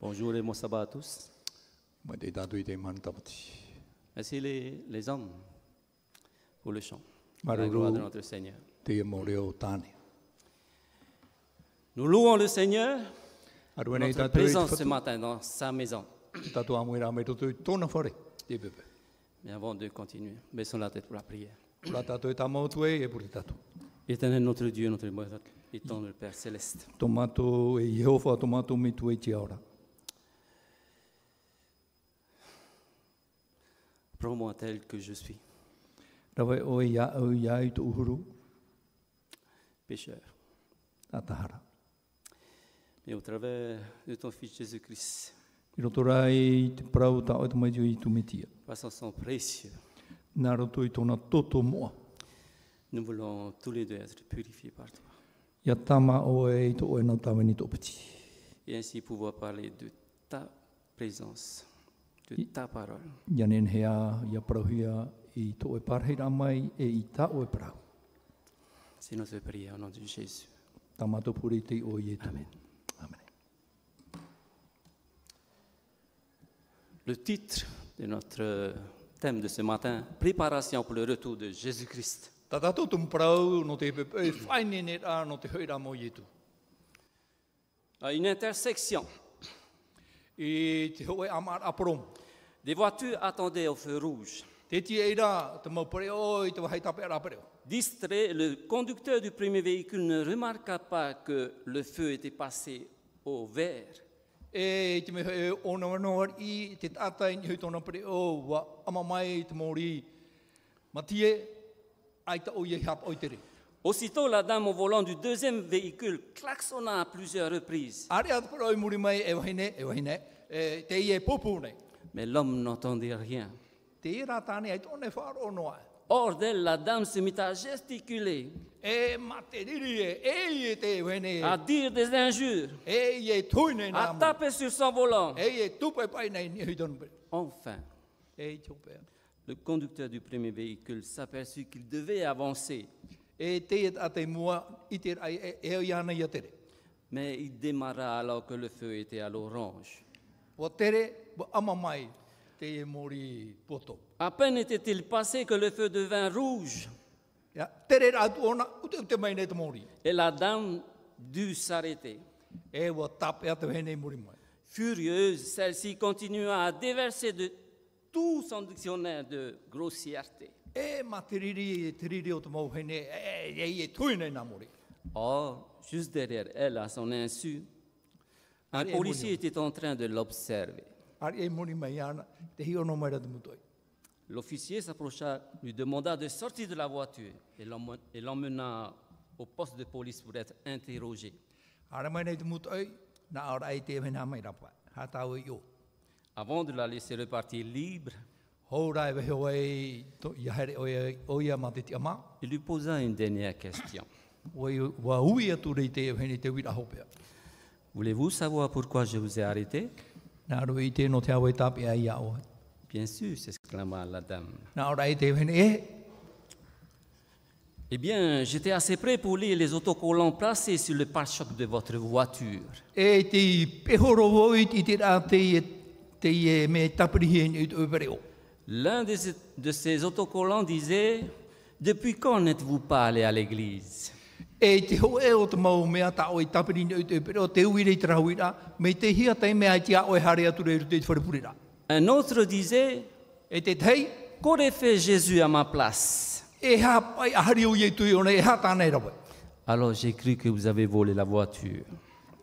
Bonjour et bon sabbat à tous. Moi, des dents douilles des mains tapati. Merci les, les hommes pour le chant. à La gloire de Maruru, notre Seigneur. te moreo tane. Nous louons le Seigneur pour Aruene i notre tatu e présence ce tatu, matin dans sa maison. tatu amuera me tatu i tona whare, te pepe. Mais avant de continuer, baissons la tête pour la prière. Ura tatu e tamautu e e puri tatu. Éternel notre Dieu, notre Maître, et ton le Père céleste. Tomato e Jehovah, tomato me tu e te aura. Prends-moi tel que je suis, Rawe o e ia au ia i tu uhuru, pécheur. atahara. Mais au travers de ton Fils Jésus-Christ, I rotora e te prau ta o te maiju i tu metia. par son sang précieux, Nā roto i tōna toto moa. nous voulons tous les deux être purifiés par toi. Ia tama o e i tō oe nā tāwini tō piti. Et ainsi pouvoir parler de ta présence, de ta parole. Ia nen hea, ia parauhia i tō oe parhei rā mai e i tā oe parau. C'est notre prière au nom de Jésus. Tamato puri te o i e tō. Amen. Amen. Le titre de notre euh, thème de ce matin, Préparation pour le retour de Jésus-Christ. Tā tātou tumu parau no te pepe, e whainene rā no te hoi rā mō i e tō. À une intersection, I te hoi amar aparom. des voitures attendaient au feu rouge. Te tia i rā, te mau pare o i te wahai tape rā pare o. Distrait, le conducteur du premier véhicule ne remarqua pas que le feu était passé au vert. E te me hoi ona wanoar i te tātai ni hoi tōna pare o, wa amamai te mōri matie, ai ta o i e hap o i te re. Aussitôt, la dame au volant du deuxième véhicule klaxonna à plusieurs reprises, Are atu pare o i muri mai, e wahine, e wahine, e, te i e pōpū nei. mais l'homme n'entendait rien. Te i rā tāne ai tōne whāro noa. Hors d'elle, la dame se mit à gesticuler, E mate riri e, e i e te wahine e. à dire des injures, E i e tui nei nā à mō. taper sur son volant. E i e tupai pai nei ni hui tonu pere. Enfin, E i tō pēr. le conducteur du premier véhicule s'aperçut qu'il devait avancer, E te e a te mua i te rai e e o iana i a tere. mais il démarra alors que le feu était à l'orange. O tere, o ama mai te e mori poto. À peine était-il passé que le feu devint rouge Ia, tere rā tu ona, ute ute mai nei te mori. et la dame dut s'arrêter. E o tape a te whenei mori mai. Furieuse, celle-ci continua à déverser de tout son dictionnaire de grossièreté. E ma te riri e te riri o te mau hene, e e i e tui nei nā mori. Or, juste derrière elle, à son insu, un Allez, policier était en train de l'observer. Ari e mori mai ana, te hi ono mai rā te mutoi. L'officier s'approcha, lui demanda de sortir de la voiture et l'emmen- et l'emmena au poste de police pour être interrogé. Ara mai nei te mutoi, nā ora ai te whenea mai rapa. Hā tāu i o. Avant de la laisser repartir libre, Hora e wehe oe, to, ia here oe, oia ma te tiama, il lui posa une dernière question. oe wa ui atu rei te hene te wira hopea. Voulez-vous savoir pourquoi je vous ai arrêté Nā ro i te no te awe tape ai a oa. Bien sûr, s'exclama la dame. Nā ora i te hene e, Eh bien, j'étais assez prêt pour lire les autocollants placés sur le pare-choc de votre voiture. e te pehoro oi i te rā te e, te e me tapiri hen i te upere o. L'un de ces- de ces autocollants disait Depuis quand n'êtes-vous pas allé à l'église E te ho e o te mau mea ta oe tapiri ni i te upere o, te ui rei te rahuira, me te hia tai mea i te a oe hare atu rei te wharepurira. Un autre disait E te tei, Qu'aurait fait Jésus à ma place e hā pai ahari o i e tui ona, e hā tānei rawe. Alors j'ai cru que vous avez volé la voiture.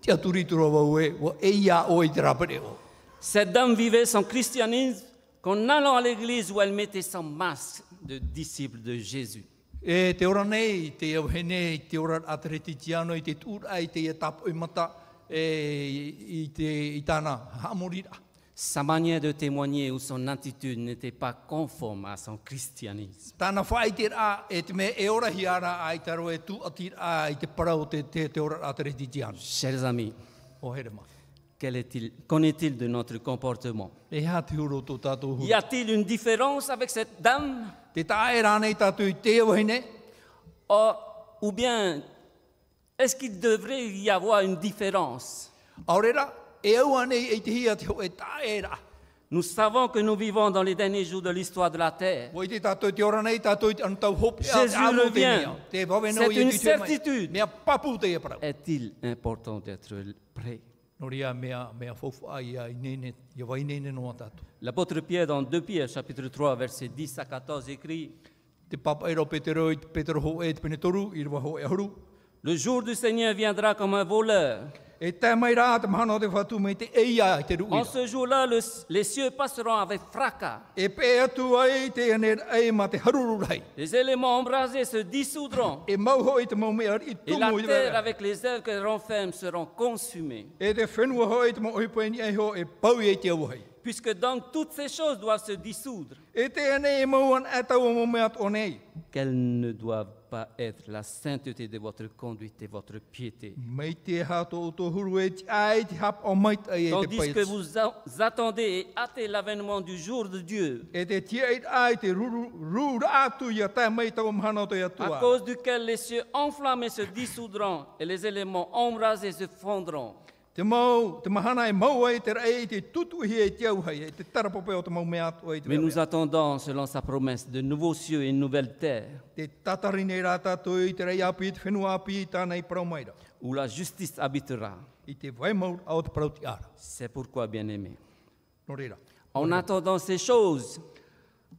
Te aturi tūra wau e, wa e ia o i te rapere o. Cette dame vivait son christianisme qu'en allant à l'église où elle mettait son masque de disciple de Jésus. E te ora nei, te au hene, te ora atreti tiano i te tūra, i te e tapo i mata, e, i te i tāna hamorira. Sa manière de témoigner ou son attitude n'était pas conforme à son christianisme. Tāna whai te rā, e te me e ora hiara a i taro e tū ati rā, i te parau te te, te ora atreti tiano. Chers amis, O here ma. quel est-il- qu'en est-il de notre comportement E hā te huro tō tātou Y huru. a-t-il une différence avec cette dame Te tā e rā nei tātou i te au hene, Or, Ou bien, est-ce qu'il devrait y avoir une différence aurera, E au anei e te hia te ho e tāera. Nous savons que nous vivons dans les derniers jours de l'histoire de la terre. Mo i te tātou te ora nei, tātou i te antau hope. Jésus revient. Te wawe C'est no i une te te mai. certitude. Mea papu te e parau. Est-il important d'être prêt Nori a mea, mea fofu ai ai nene, ia wai nene no a tātou. L'apôtre Pierre, dans 2 Pierre, chapitre 3, versets 10 à 14, écrit Te papa e ero Petero, i te Petero ho e te pene toru, i rua ho e horu. Le jour du Seigneur viendra comme un voleur. E tā mai rā te mahana o te whatu me te eia i te En rui. ce jour-là, le- les cieux passeront avec fracas. E pē atu ai te ane ai ma te haruru rai. Les éléments embrasés se dissoudront. E mau hoi te mau mea i Et la tumu i terre, rā. avec les œuvres qu'elle renferme, seront consumées. E te whenua hoi te mau hoi pēni ai ho e pau i te au hoi. Puisque donc toutes ces choses doivent se dissoudre, E te ane e mau an atau o mau mea o nei. qu'elles ne doivent pas être la sainteté de votre conduite et votre piété. Mei te hato o tō huru e te ai te hap o mait ai e te Tandis que paits. vous a- attendez et hâtez l'avènement du jour de Dieu, E te tia e ai te ruru ruru atu i a tā mei tau mhana o te à atua. cause duquel les cieux enflammés se dissoudront et les éléments embrasés se fondront. Te mau, te mahana e mau ai te rei te tutu hi e te au hai e te tarapope o te mau mea atu ai te Mais nous mea. attendons, selon sa promesse, de nouveaux cieux et une nouvelle terre, Te tatarine rā tātou i te rei api, te whenua api, tānei parau maira. où la justice habitera. I te vai mau au te parau te ara. C'est pourquoi, bien-aimés, No reira. en attendant ces choses,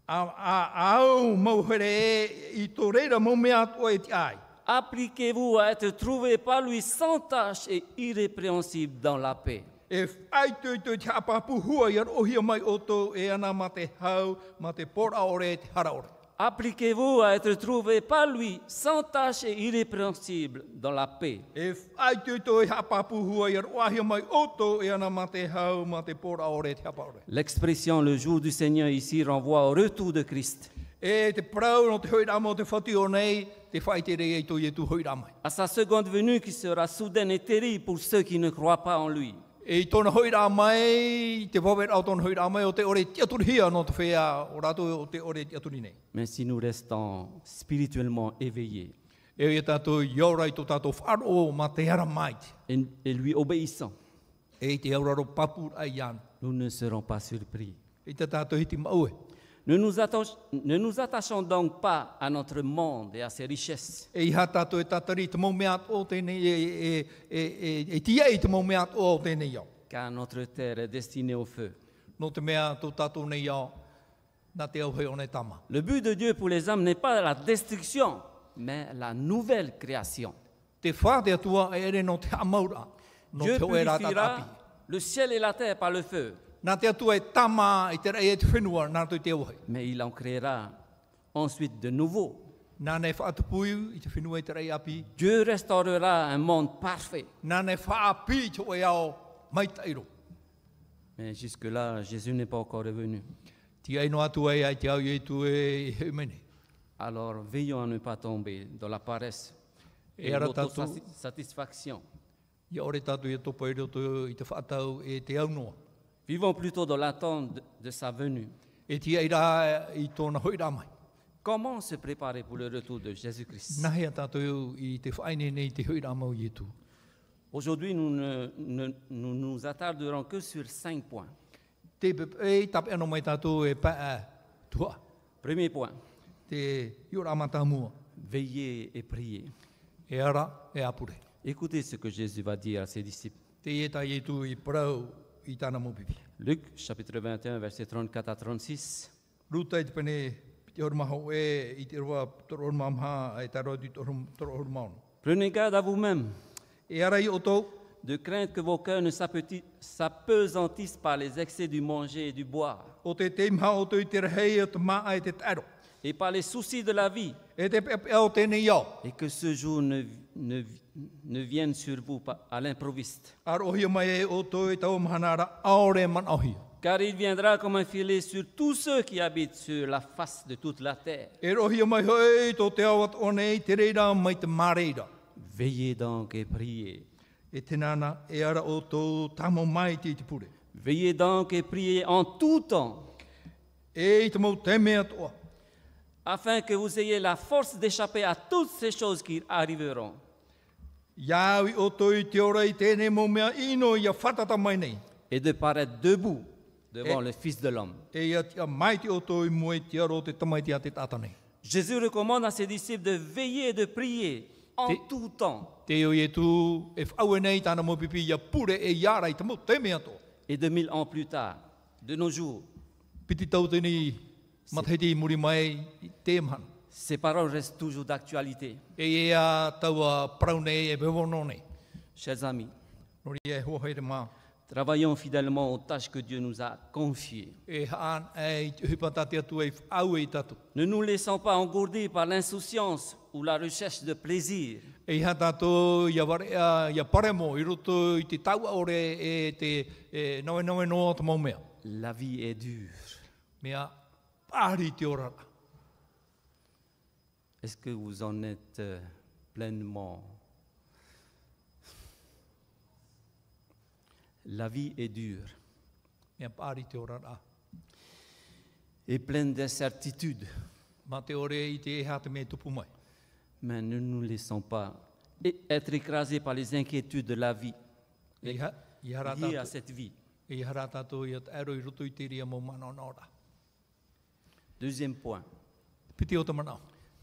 A, a, au mau here e i tō reira mau mea atu ai te ai. appliquez-vous à être trouvés par lui sans tache et irrépréhensible dans la paix. E ai tui tui te hapapu hua i ar ohia mai o tō e ana ma te hau, ma te pora ore e te hara ore. Appliquez-vous à être trouvés par lui sans tache et irrépréhensible dans la paix. E ai tui tui hapapu hua i ar ohia mai o tō e ana ma te hau, ma te pora ore e te hapa ore. L'expression le jour du Seigneur ici renvoie au retour de Christ, E te parau no te hoi rama o te whati o nei, te whaitere e tō i e tu hoi rama. à sa seconde venue qui sera soudaine et terrible pour ceux qui ne croient pas en lui. E i tōna hoi rama e, te wawet au tōna hoi rama e o te ore te aturi hia no te whea o rātou o te ore te aturi nei. Mais si nous restons spirituellement éveillés E i tātou i aurai tō tātou wharo o ma te hara mai te. et, et lui obéissant, E i te auraro papur ai iana. nous ne serons pas surpris. I te tātou hiti mau e. Ne nous, atta- ne nous attachons donc pas à notre monde et à ses richesses, E iha tātou e tātari te mau mea o tēnei e, e, e, e, e tia i te mau mea o tēnei au. car notre terre est destinée au feu. No te mea tō tātou nei au, nā te au hei o nei tama. Le but de Dieu pour les hommes n'est pas la destruction, mais la nouvelle création. Te whā te atua e ere no te amaura, no Dieu te oe rā purifiera tātāpi. le ciel et la terre par le feu, Nā te atua e tama i te rei e te whenua, nā tui te au hei. mais il en créera ensuite de nouveau. Nā nei whaatupui i te whenua i te rei api. Dieu restaurera un monde parfait. Nā nei whaapi i te oe au, mai tairo. Mais jusque-là, Jésus n'est pas encore revenu. Ti ai no atua e ai te au i e tu e e mene. Alors veillons à ne pas tomber dans la paresse et Et alors, l'autosatisfaction. Ia ore tātou i e topa ere o tō i te whaatau e te au noa. Vivons plutôt dans l'attente de- de sa venue. E tia i rā i tōna hoi rā mai. Comment se préparer pour le retour de Jésus-Christ Nahe a tātou i te whaine nei te hoi rā mau i etu. Aujourd'hui, nous ne ne- nous, nous attarderons que sur cinq points. Te pepe, tape ano mai tātou e pa a tua. Premier point, Te iora amata mua. veillez et priez. E ara e apure. Écoutez ce que Jésus va dire à ses disciples. Te e tai e tu i parau i tāna mō pipi. Luc chapitre 21, versets 34 à 36. Ruta i te pene te orma hau e i te roa toro orma amha e taro di toro orma ono. Prenez garde à vous-même E ara i o tau de craindre que vos cœurs ne s'apeti- s'apesantissent par les excès du manger et du boire o te te imha o tau i te rehei o te maa e te taro. et par les soucis de la vie E te pepe au tēnei au. et que ce jour ne, ne, ne vienne sur vous pa- à l'improviste. Ar ohia mai e o tō e tau mahanara aore man ohia. Car il viendra comme un filet sur tous ceux qui habitent sur la face de toute la terre. E rohia mai hoi tō te awat o nei te reira mai te māreira. Veillez donc et priez. E tenana e ara o tō tamo mai te i te pure. Veillez donc et priez en tout temps, E i te mau te mea toa. afin que vous ayez la force d'échapper à toutes ces choses qui arriveront Iāwi o tō i te ora i tēnei mō mea ino i a whatata mai nei. et de paraître debout devant Et- le Fils de l'homme. E ia tia mai te o tō i mua i te aro o te tamai te a te tata nei. Jésus recommande à ses disciples de veiller et de prier en Et- tout temps Te o i e tū, e whaue nei tāna mō pipi ia pure e iāra i tamu te mea tō. et 2000 ans plus tard, de nos jours. Piti tau tēnei matheiti i muri mai i te man. Ces paroles restent toujours d'actualité. E ia taua parau nei e bewono nei. Chers amis, Nori e hua haere mā. travaillons fidèlement aux tâches que Dieu nous a confiées. E haan e i te hupata te atu e au e i tatu. Ne nous laissons pas engourdir par l'insouciance ou la recherche de plaisir, E iha tātou ia, ware, a, ia paremo i roto i te taua ore e te e, nawe nawe noa te maumea. la vie est dure. Mea pāri te orara. Est-ce que vous en êtes euh, pleinement La vie est dure Mea pāri te orara. et pleine d'incertitudes, Mā te ore i te eha te me tupu mai. mais ne nous laissons pas é- être écrasés par les inquiétudes de la vie E iha, iha rā liées à tātou, cette vie. e iha rā tātou ia te aro i roto i te ria mō mana nora. Deuxième point, Piti o te manao.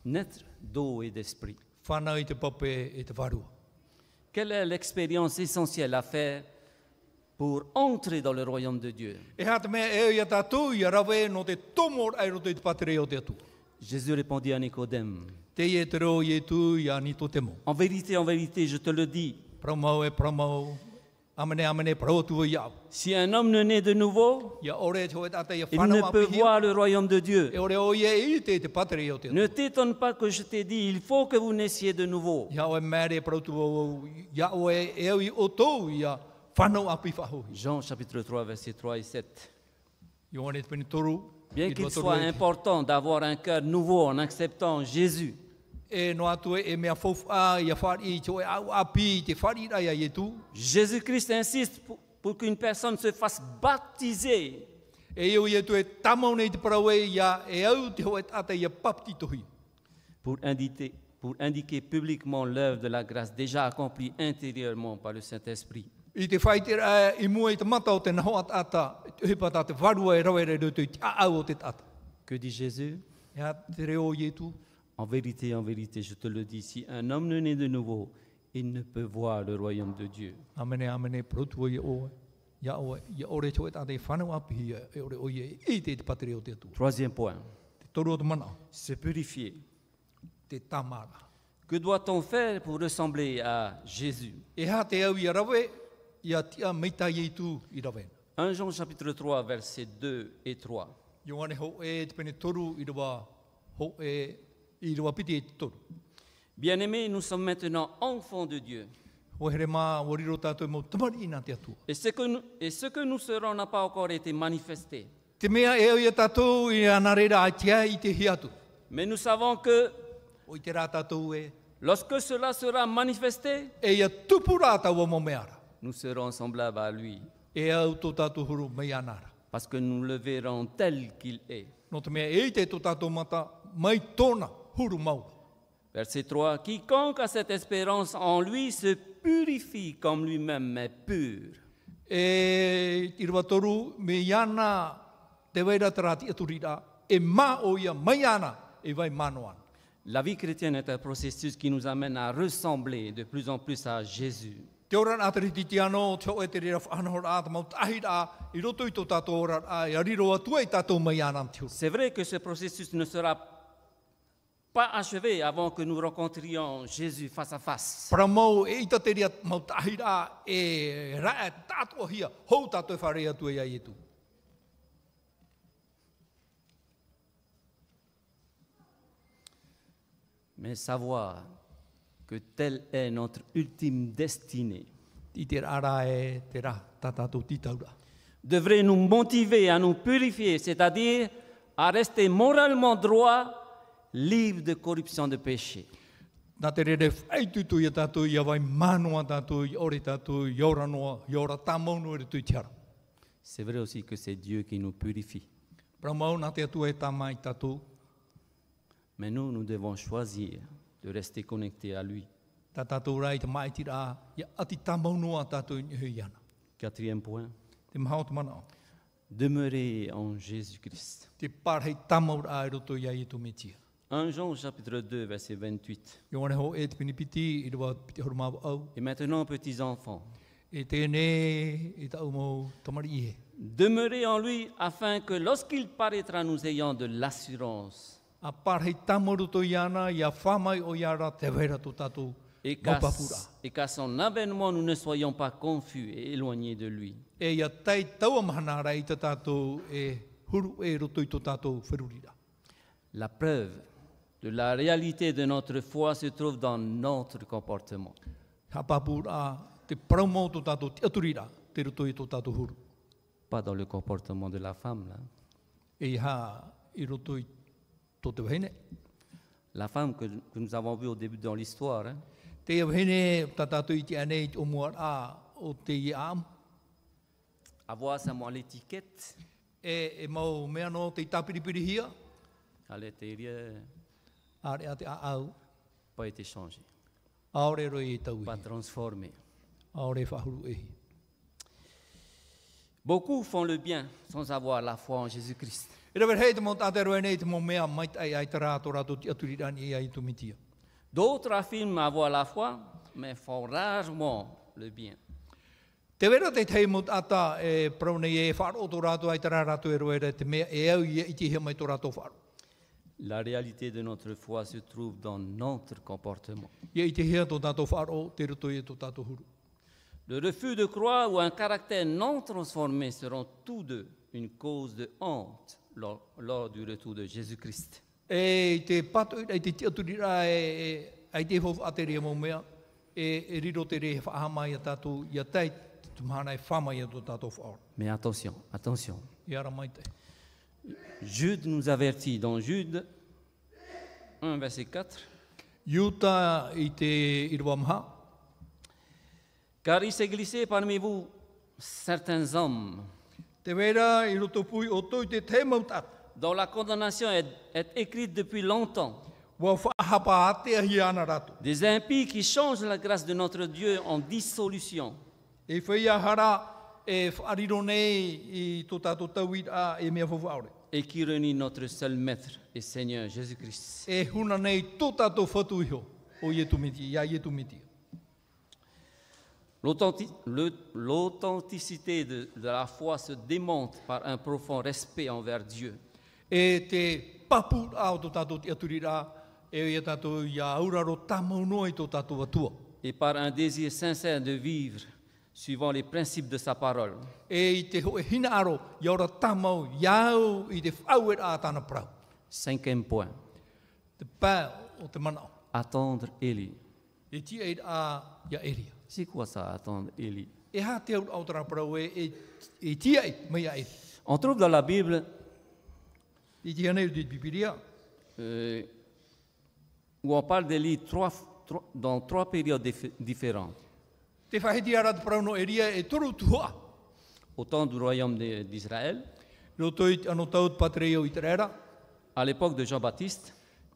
naître d'eau et d'esprit. Whanau i te pape e te varua. Quelle est l'expérience essentielle à faire pour entrer dans le royaume de Dieu E hā te mea e ia tātou ia rawe no te tomor ai roto i te patere o te atua. Jésus répondit à Nicodème, Te ie te reo i e tū ia ni tō temo. En vérité, en vérité, je te le dis, Pramau e pramau, amene amene parau atua iau. si un homme ne naît de nouveau, Ia ore e te hoi tātai ia il whanau ne a peut pihia. voir le royaume de E Dieu. ore o ia i te te patere i o te atua. Ne t'étonne pas que je t'ai dit, il faut que vous naissiez de nouveau. Ia oe mere parau tu au, ia oe e au i o tō ia whanau a pifahu. Jean chapitre 3, versets 3 et 7. Ioane te e penitoru. Bien qu'il soit important d'avoir un cœur nouveau en acceptant Jésus, E no atua e mea fofu a ia whari i te oe au api i te whari rai a i e tū. Jésus-Christ insiste pour, pour qu'une personne se fasse baptiser E iau ia tu e tamau nei te parawe ia e au te hoa tata ia papti tohi. pour indiquer, pour indiquer publiquement l'œuvre de la grâce déjà accomplie intérieurement par le Saint-Esprit. I te whaitera e i mua i te mata o te naho at ata, te hipa tā te varua e rawe rei rautu i te aau o te tata. Que dit Jésus Ia te reo i e tu, En vérité, en vérité, je te le dis, si un homme ne naît de nouveau, il ne peut voir le royaume de Dieu. amene amene protua i oe. Ia oe, ia ore te hoa tata i whanau api ia, e ore oie i te te patere o te atu. Troisième point, Te toru o te mana, se purifier. te tamara. Que doit-on faire pour ressembler à Jésus E hā te au i a rawe, ia tia meita i e tu i rawe. 1 Jean chapitre 3, versets 2 et 3. Ioane ho e te pene toru i rawa, ho e i rawa piti e te toru. Bien-aimés, nous sommes maintenant enfants de Dieu. O here mā, o riro tātou mō tamari i nā te atua. Et ce que nous, et ce que nous serons n'a pas encore été manifesté. Te mea e au ia tātou i ana reira a tia i te hiatu. Mais nous savons que O i te rā tātou e, lorsque cela sera manifesté, e ia tupu rā tāua mō meara. nous serons semblables à lui, E au tō tātou huru mei anara. parce que nous le verrons tel qu'il est. No te mea e i te tō tātou mata, mai tōna huru maura. Verset 3. Quiconque a cette espérance en lui se purifie comme lui-même est pur. E i rua toru, me iana te weira te rā te atu rira, e mā o ia mai ana, e vai manoan. La vie chrétienne est un processus qui nous amène à ressembler de plus en plus à Jésus. Te ora nā te riti te ano, te oe te rira whanau rā, te mau tahi rā, i roto i tō tātou ora rā, e ariro atua i tātou mai ana te ora. C'est vrai que ce processus ne sera pas achevé avant que nous rencontrions Jésus face à face. Paramau e ita te ria mau tahira e ra e tātua hia, hou tātua whare atu e ai e tū. Mais savoir que telle est notre ultime destinée I te ara e te rā, tā tātou titaura. devrait nous motiver à nous purifier, c'est-à-dire à rester moralement droit, libre de corruption de péché. Nā te rere whaitutu i a tātou, i a vai manua tātou, i ore tātou, i ora noa, i ora tāmounu e tui tiara. C'est vrai aussi que c'est Dieu qui nous purifie. Paramau nā te atua e tāma i tātou, Mais nous, nous devons choisir de rester connectés à lui. Tā tātou rā i te mai tira a, ia ati tā maunoa tātou i hui ana. Quatrième point, Te maha o te mana o. demeurer en Jésus-Christ. Te pārhei tamaura ai roto ia i tō metia. 1 Jean chapitre 2, verset 28. Ioane ho e te pinipiti, i rua piti horu māwa au. Et maintenant, petits enfants, E tēnei, i tau mou tamari ihe. demeurez en lui afin que lorsqu'il paraîtra, nous ayons de l'assurance A pārhei tamaura roto i ana, i a whamai o iara te wera tō tātou et qu'à maupapura. et qu'à son avènement, nous ne soyons pas confus et éloignés de lui. E ia tei taua mahana rā i te tātou e huru e roto i tō tātou wherurira. La preuve de la réalité de notre foi se trouve dans notre comportement. Ha pāpūra, te paramau tō tātou te aturira, te roto i tō tātou huru. Pas dans le comportement de la femme. Là. E hā, i roto i tō te wahine. La femme que, que nous avons vue au début dans l'histoire, hein, Te wahine, tā tātou i te anei o mua rā o te i am. avoir seulement l'étiquette E, e mau mea no te i tāpiripiri hia, à l'intérieur are a te a au, pas été changée, aore roi e tau pas i, transformée. aore whahuru e. Beaucoup font le bien sans avoir la foi en Jésus-Christ. E rawer hei te mō tātai roi nei te mō mea mai ai ai te rātou rātou te aturira ni e ai tō mitia. D'autres affirment avoir la foi, mais font rarement le bien. Te wera te tei mō ata e praune e wharo tō rātou ai te rā rātou e roera te mea e au i e iti hea mai tō rātou wharo. La réalité de notre foi se trouve dans notre comportement. Ia iti e hea tō tātou wharo, te roto i e tō tātou huru. Le refus de croire ou un caractère non transformé seront tous deux une cause de honte lors, lors du retour de Jésus-Christ. E te pato i te tia turira e, e ai te hofu atere mō mea, e, e riro te re whahamai a tātou i a tei, tumhana e whamai a tō tātou wharo. Mais attention, attention. I ara mai te. Jude nous avertit dans Jude 1, verset 4. Iuta i te irua maha, Car il s'est glissé parmi vous certains hommes te wera i roto pui o tō i te te mautat, dont la condamnation est, est écrite depuis longtemps. wa whahapa atea hi ana rātou. Des impies qui changent la grâce de notre Dieu en dissolution. E whaia hara e whaariro nei i tō tātou tauira e mea fofu aore. et qui renie notre seul Maître et Seigneur Jésus-Christ. E huna nei tō tātou whatu iho o Ietumiti, ia Ietumiti. L'authenti- le- L'authenticité de, de la foi se démontre par un profond respect envers Dieu, E te papu a o tō tātou te aturira e ia tātou i a auraro tamauno i tō tātou atua. et par un désir sincère de vivre suivant les principes de sa parole. E i te hoe hina aro i aura tamau iau i te whauera a tāna prau. Cinquième point, Te pā o te manao. attendre Élie. E tia e a ia eria. C'est quoi ça, attendre Élie E hā te aura o tāna prau e, e, e tia e mai a eria. On trouve dans la Bible I tia nei o te pipiria. euh, où on parle d'Élie trois- trois- dans trois périodes dif- différentes. Te whahiti ara te prau no eria e toru tuhua. Au temps du royaume de- d'Israël, Roto i te anō tau te patreo i te rera. à l'époque de Jean-Baptiste,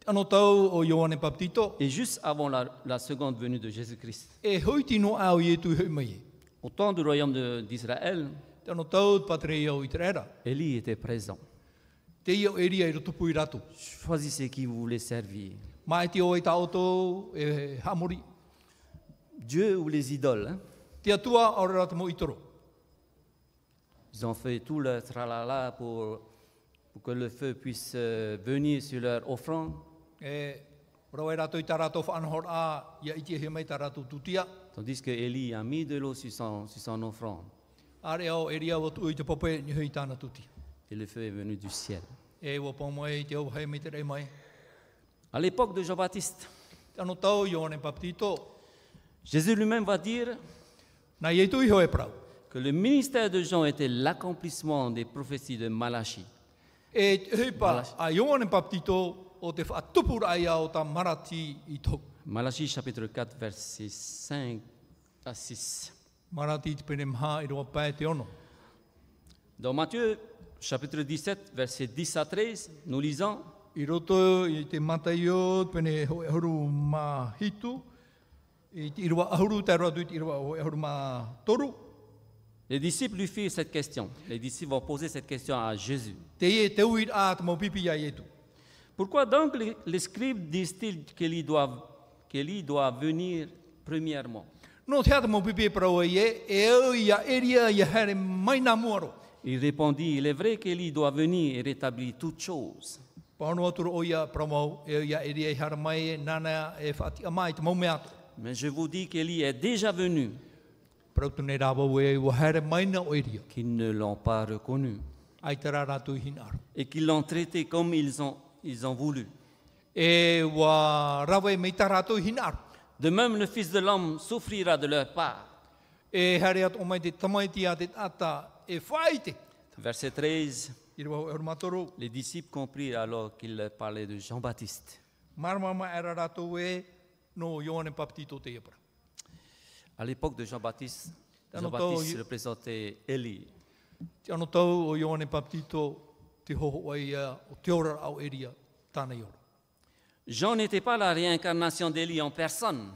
Anō tau o Ioane Paptito. et juste avant la, la seconde venue de Jésus-Christ. E hoiti no au i e tu hoi mai e. Au temps du royaume de- d'Israël, Tano tau patreia i te rera. Élie était présent. Te ia o eria i roto pui ratu. Choisissez qui vous voulez servir, Ma e te o e ta oto e hamori. Dieu ou les idoles. hein. Te atua aore rata mo i toro. Ils ont fait tout le tralala pour, pour que le feu puisse euh, venir sur leur offrande, E rawa e rato i ta rato whanhor a ia i te he mai ta rato tutia. tandis que Élie a mis de l'eau sur son, sur son offrande, Are au eria o tu i te pope ni hoi tāna tutia. et le feu est venu du ciel. E o pomo e te au hei me te rei mai. À l'époque de Jean-Baptiste, Tano tau Ioane Paptito. Jésus lui-même va dire Na i e tu i hoi prau. que le ministère de Jean était l'accomplissement des prophéties de Malachie. E te huipa a Ioane Paptito o te whaatupura ai au ta marati i tau. Malachie chapitre 4, versets 5 à 6. Marati i te pene maha i roa pae te ono. Dans Matthieu chapitre 17, versets 10 à 13, nous lisons I roto i te mataio, pene hoehoru mahitu, I te irua ahuru, te roa tui te irua o ahuru mā toru. Les disciples lui firent cette question. Les disciples ont posé cette question à Jésus. Te ie te ui a te maupipi ia i etu. Pourquoi donc les, les scribes disent-ils qu'il doit, qu'il doit venir premièrement No te ata maupipi e parau i e, e au i a eria i a here mai nā muaro. Il répondit, il est vrai qu'Élie doit venir et rétablir toutes choses. Pāno aturu o ia pramau, e au ia eria i hara mai e nana e whaati a mai te maumea atu. Mais je vous dis qu'Élie est déjà venu, Parau tu nei rāwau e ua here mai nā o eria. qu'ils ne l'ont pas reconnu Ai te rā rātou i hinaru. et qu'ils l'ont traité comme ils ont, ils ont voulu. E ua rawe mei tā rātou i hinaru. De même, le Fils de l'homme souffrira de leur part. E here atu o mai te tamaiti a te ata e whaite. Verset 13, I rua o e rumatoro, les disciples comprirent alors qu'il leur parlait de Jean-Baptiste. Marmama era rātou e no Ioane Papatito te iapara. À l'époque de Jean-Baptiste, Dans notre Jean-Baptiste temps, représentait Élie. Te ano tau o Ioane Papatito te hoho ai a o te ora au eria tāna i ora. Jean n'était pas la réincarnation d'Élie en personne.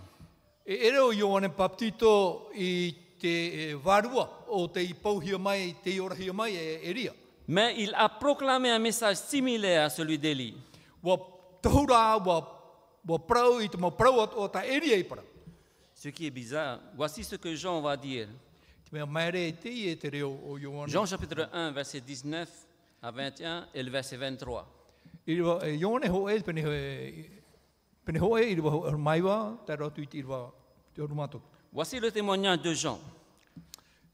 E ere o Ioane Papatito i te e, varua o te i pauhia mai, te i orahia mai e eria. Mais il a proclamé un message similaire à celui d'Élie. Wa taura, wa, wa prau i te maprau atu o ta eria i para. Ce qui est bizarre, voici ce que Jean va dire. Te mea maere e te i e te reo o Ioane. Jean chapitre 1, verset 19 à 21 et le verset 23. I rewa, e Ioane ho e, pene, ho e- pene ho e, i rewa ho e maiwa, te rau tui te i rewa te orumatok. Voici le témoignage de Jean.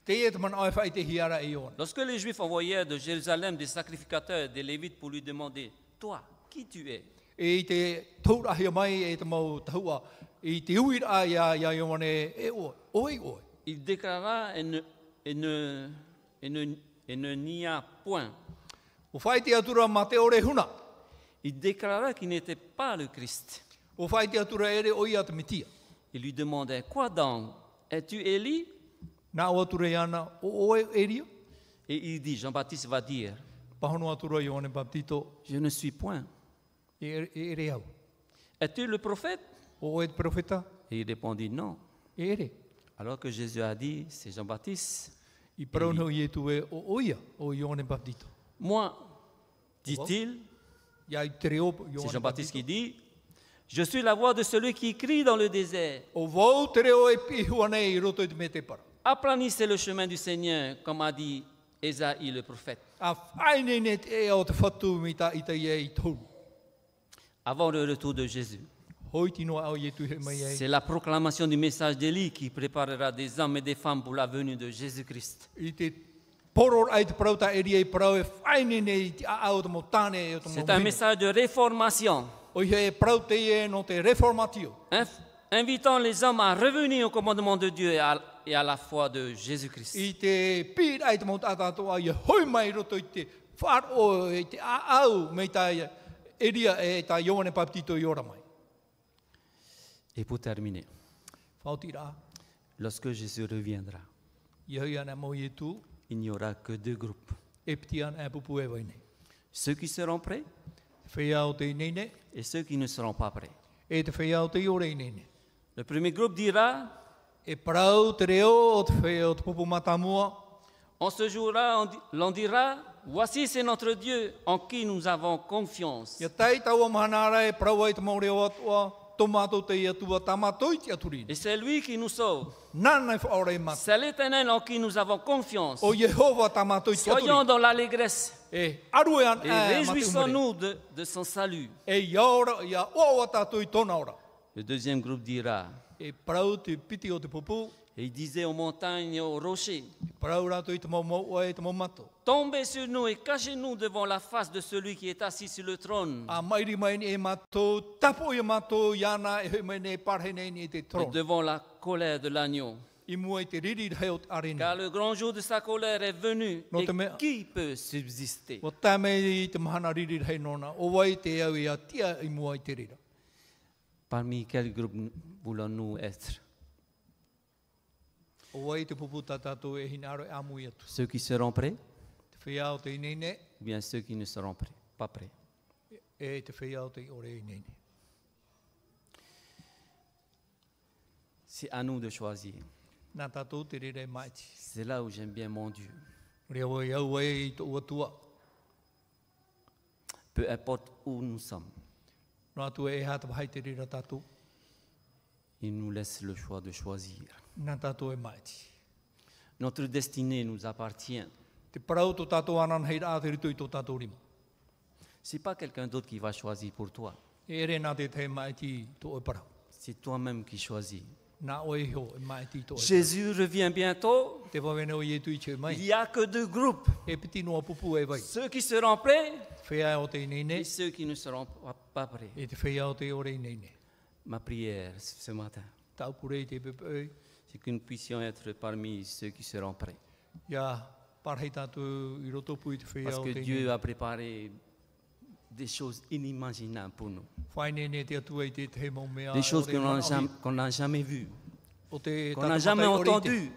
Te e te mana ai whai te hiara e iona. Lorsque les Juifs envoyèrent de Jérusalem des sacrificateurs et des Lévites pour lui demander, Toi, qui tu es E te taurahia mai e te mau tahua. E te uira a ia ia ione e oi, oi oi. Il déclara et ne, et ne, et ne, et ne nia point. O whai te atura ma te ore huna. Il déclara qu'il n'était pas le Christ. O whai te atura ere oi a te mitia. Il lui demandait, Quoi donc Es-tu Élie Nā o atura i ana o oe eria. Et il dit, Jean-Baptiste va dire, Pahono atura ione baptito Je ne suis point. e ere- e ere au. Es-tu le prophète O oe te profeta Et il répondit, Non. e ere. Alors que Jésus a dit, c'est Jean-Baptiste, I parauno i e tue o oia o ione baptito. moi, dit-il, Ia i te reo c'est ione Jean-Baptiste baptito. qui dit, je suis la voix de celui qui crie dans le désert, O vau te reo e pihua nei i roto i te me te para. aplanissez le chemin du Seigneur, comme a dit Ésaïe le prophète. A whai nei ne te e o te whatu mi ta i te ia i tōru. Avant le retour de Jésus, Hoi tino au ye tu he mai ai. c'est la proclamation du message d'Élie qui préparera des hommes et des femmes pour la venue de Jésus-Christ. I te poror ai te parauta e ria i parau e whaine nei i te a au te mo tāne e o te mo C'est un wine. message de réformation, O ia e parauta i e no te reformatio. inf- invitant les hommes à revenir au commandement de Dieu et à, et à la foi de Jésus-Christ. I te pīr ai te mo tātātoa i e hoi mai roto i te whar o i te a au mei tā e e ria e tā Ioane Papatito i ora mai. Et pour terminer, Whautira, lorsque Jésus reviendra, i hoi ana mo i e tu il n'y aura que deux groupes. e piti ana e pupu e wai nei. Ceux qui seront prêts Whea o te i nei ne, et ceux qui ne seront pas prêts. e te whea o te i ora i nei ne. Le premier groupe dira, E parau te reo o te whea o te pupu matamua, en ce jour-là, on di- l'on dira, voici c'est notre Dieu en qui nous avons confiance. Ia tai taua mahanara e parau ai te maure o atua, tō mātou te i atua, tā mātou i te aturine. Et c'est lui qui nous sauve. Nāna e whaora e mata. C'est l'Éternel en qui nous avons confiance. O Yehova tā mātou i te Soyons aturine. dans l'allégresse E aru e an et e mate humare. réjouissons-nous de, de son salut. E iaora, ia oawa tātou i tōna ora. Le deuxième groupe dira, E parau te piti o te pupu, et il disait aux montagnes et aux rochers, e parau rātou i te mau mau ai te mau mātou. tombez sur nous et cachez-nous devant la face de celui qui est assis sur le trône. A mairi mai ni e mātou, tapo i a mātou, iana e hui mai ne parhe nei ni i te et tron. devant la colère de l'agneau. I mua i te riri rei o te arene. Car le grand jour de sa colère est venu. Non, et te mets- qui peut subsister Wa tāmei i te mahana riri rei nona, o wai te au i a tia i mua i te rira. Parmi quel groupe nous- voulons-nous être O wai te pupu tā tātou e hinaro e amu i atu. Ceux qui seront prêts Te whiau te inene, ou bien ceux qui ne seront prêts, pas prêts e te whiau te ore inene. C'est à nous de choisir. Nā tātou te rere maiti. C'est là où j'aime bien mon Dieu. Rea wai au ai i tō atua. Peu importe où nous sommes, Nā tu e hata pahai te rera tātou. il nous laisse le choix de choisir. Nā tātou e maiti. Notre destinée nous appartient. Te parau tō tātou anan hei rā te rito i tō tātou rima. Ce n'est pas quelqu'un d'autre qui va choisir pour toi. E ere nā te te maiti tō e parau. C'est toi-même qui choisis. Nā oe heo e maiti tō e. Jésus revient bientôt. Te wawene o ietu i tue mai. Il n'y a que deux groupes. E piti noa pupu e vai. Ceux qui seront prêts Whea o te et inene. ceux qui ne seront pas- pas prêts. E te whea o te ore inene. Ma prière ce matin, Tau purei te pepe. c'est que nous puissions être parmi ceux qui seront prêts. Ia parhei tātou i roto pui te whea Parce o que te inene. Dieu a préparé des choses inimaginables pour nous. Whainene te atua i te te mau mea. Des choses o te que l'on n'a whanau- jamais- qu'on n'a jamais vues, e o te qu'on n'a tata jamais matai ore i te- entendues.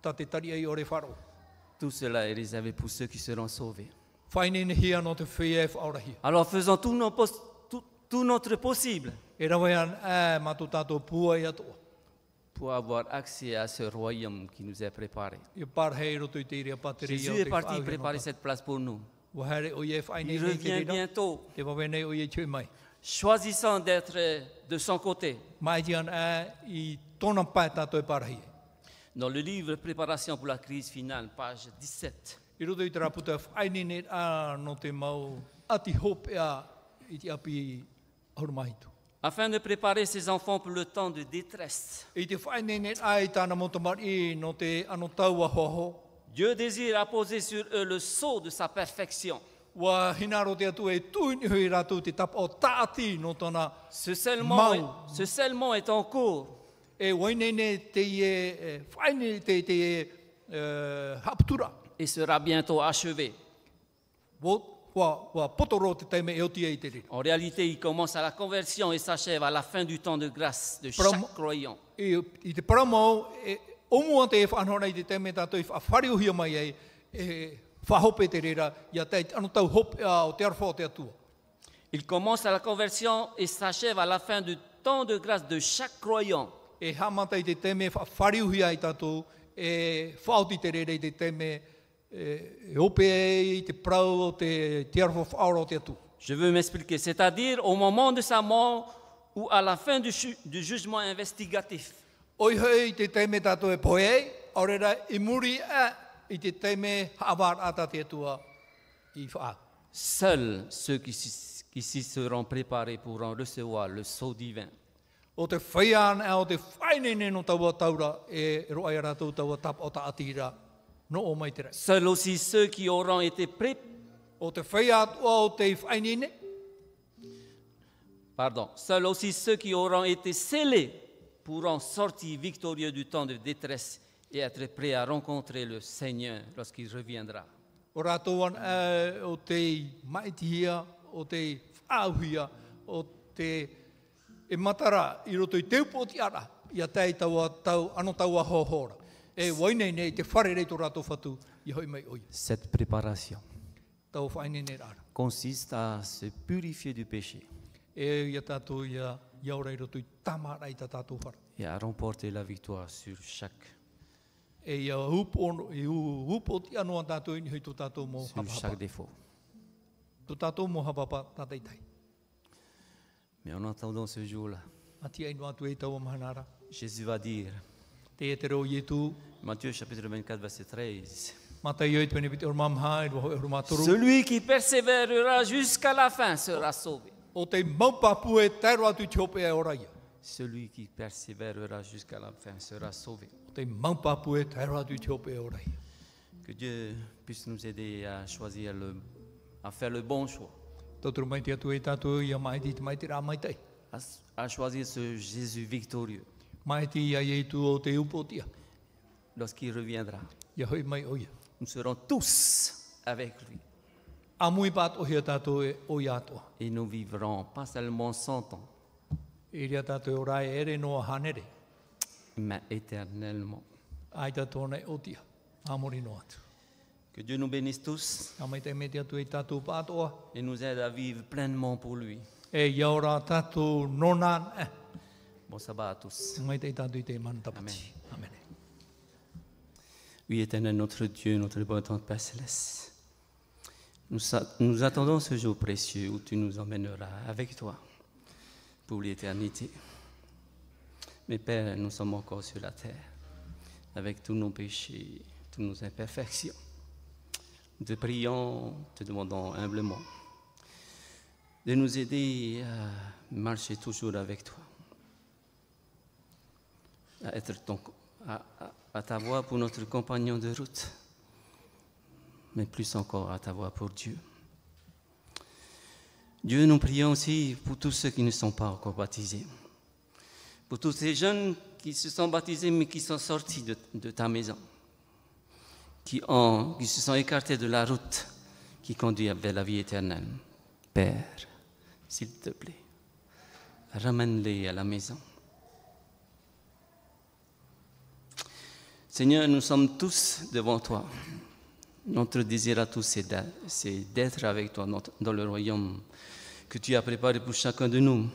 Ta te tari ai ore wharo. Tout cela est réservé pour ceux qui seront sauvés. Whainene hi anō te whea e whaorahi. Alors faisons tout, nos pos- tout- tout notre possible E rawe an ā mātou tātou pua i atua. pour avoir accès à ce royaume qui nous est préparé. I E parhei i roto i te iria patere e i Jésus au est te parti whaaheno préparer tātou. cette place pour nous. Wahere o ie Il whainene i te revient rira. bientôt, Te wawenei o ie tue mai. choisissant d'être euh, de son côté. Mai ti an ā i tōna pai tātou e parhei. Dans le livre Préparation pour la crise finale, page 17, I roto i te raputa whainene anō te mau ati hopea e i te api haurumahitu. afin de préparer ses enfants pour le temps de détresse, I te whainene ai tāna motamar i no te ano taua hoho. Dieu désire apposer sur eux le sceau de sa perfection. Wa hinaro te atu e tūni hui rātou te tapa o tāti no tōna Ce scellement, est, Mao. ce scellement est en cours. e wainene te i e e whaine te, te i e eh, haptura. et sera bientôt achevé. Wō, wa, wa potoro te teime e oti e i te rira. En réalité, il commence à la conversion et s'achève à la fin du temps de grâce de Prom- chaque croyant. I, I te paramau, e, omua te e whanhora i te teime tātou i whawhariuhia mai e, e whahope te rira i a te anu tau hope a o te arwha o te atua. Il commence à la conversion et s'achève à la fin du temps de grâce de chaque croyant. E hamata i te teime whawhariuhia i tātou e whaoti te rira i te teime e, e hope e i te prau o te te arwha whaora o te atua. Je veux m'expliquer, c'est-à-dire au moment de sa mort ou à la fin du, ju- du jugement investigatif. Oi hei te teime tātou e poe ei, aurera i muri a i te teime haawar ata te atua i wha. Seuls ceux qui s'y qui s'y seront préparés pourront recevoir le sceau divin. O te whaian a o te whainene no taua taura e roa i rātou taua tap o ta atira no o mai te rai. Seuls aussi ceux qui auront été pré- O te whaia atua o te whainene, Pardon. Seuls aussi ceux qui auront été scellés pourront sortir victorieux du temps de détresse et être prêts à rencontrer le Seigneur lorsqu'il reviendra. o rātou an a o te maitihia, o te whaahuia, o te e matara i roto i te upo o te ara i a tei taua tau, ano taua hohora. E wainene i te whare rei tō rātou whatu i hoi mai oi. Cette préparation tau whainene rāra. consiste à se purifier du péché E ia tātou ia, ia ora i roto i tamara i tā tātou whara. et à remporter la victoire sur chaque, E ia hupo, ono- i hu- hupo ti anō tātou ini hei tō tātou mō sur chaque hapapa. défaut. Tō tātou mō hapapa tātai tai. Mais en attendant ce jour-là, Ati ainu atu e tau amahanara. Jésus va dire, Te e te reo i tū. Matthieu chapitre 24, verset 13, Matai oi tuene piti orma mha e roho e roma toru. Celui qui persévérera jusqu'à la fin sera sauvé. O te maupapu e tairo atu i te hope e ora ia. Celui qui persévérera jusqu'à la fin sera sauvé. O te maupapu e tairo atu i te hope e ora ia. Que Dieu puisse nous aider à choisir le, à faire le bon choix, Tauturu mai te atu e tātou ia mai te mai te rā mai tai. à, à choisir ce Jésus victorieux Mai te ia i e tū o te upo tia. lorsqu'il reviendra. Ia hoi mai o ia. Nous serons tous avec lui A mui pat o hea tātou e o ia atua. et nous vivrons pas seulement 100 ans, E rea tātou e ora e ere noa hanere. mais éternellement. Ai e tātou nei o tia. Amori no atu. Que Dieu nous bénisse tous A mai te me te atu e tātou pātoa. et nous aide à vivre pleinement pour lui. E ia ora tātou nonan. Eh. Bon sabbat à tous. Ngai te i tātou i te mana tapati. Amen. Oui, éternel notre Dieu, notre bon temps de Père Céleste, nous, sa- nous attendons ce jour précieux où tu nous emmèneras avec toi pour l'éternité. Mais Père, nous sommes encore sur la terre avec tous nos péchés, toutes nos imperfections. Nous te prions, te demandons humblement de nous aider à marcher toujours avec toi à être ton, à, à- à t'avoir pour notre compagnon de route, mais plus encore à t'avoir pour Dieu. Dieu, nous prions aussi pour tous ceux qui ne sont pas encore baptisés, pour tous ces jeunes qui se sont baptisés mais qui sont sortis de, de ta maison, qui, ont, qui se sont écartés de la route qui conduit vers la vie éternelle. Père, s'il te plaît, ramène-les à la maison. Seigneur, nous sommes tous devant toi. Notre désir à tous, c'est d'a- c'est d'être avec toi notre- dans le royaume que tu as préparé pour chacun de nous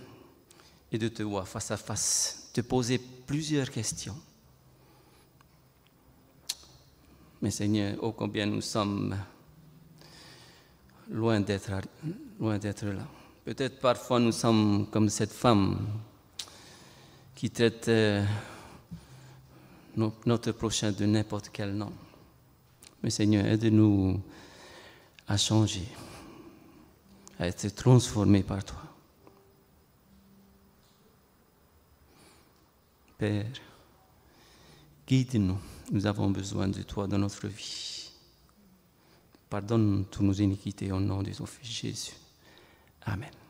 et de te voir face à face, te poser plusieurs questions. Mais Seigneur, ô combien nous sommes loin d'être arri- loin d'être là. Peut-être parfois nous sommes comme cette femme qui traite euh, no- notre prochain de n'importe quel nom. Mais Seigneur, aide-nous à changer, à être transformés par toi. Père, guide-nous. Nous avons besoin de toi dans notre vie. Pardonne toutes nos iniquités au nom de ton Fils Jésus. Amen.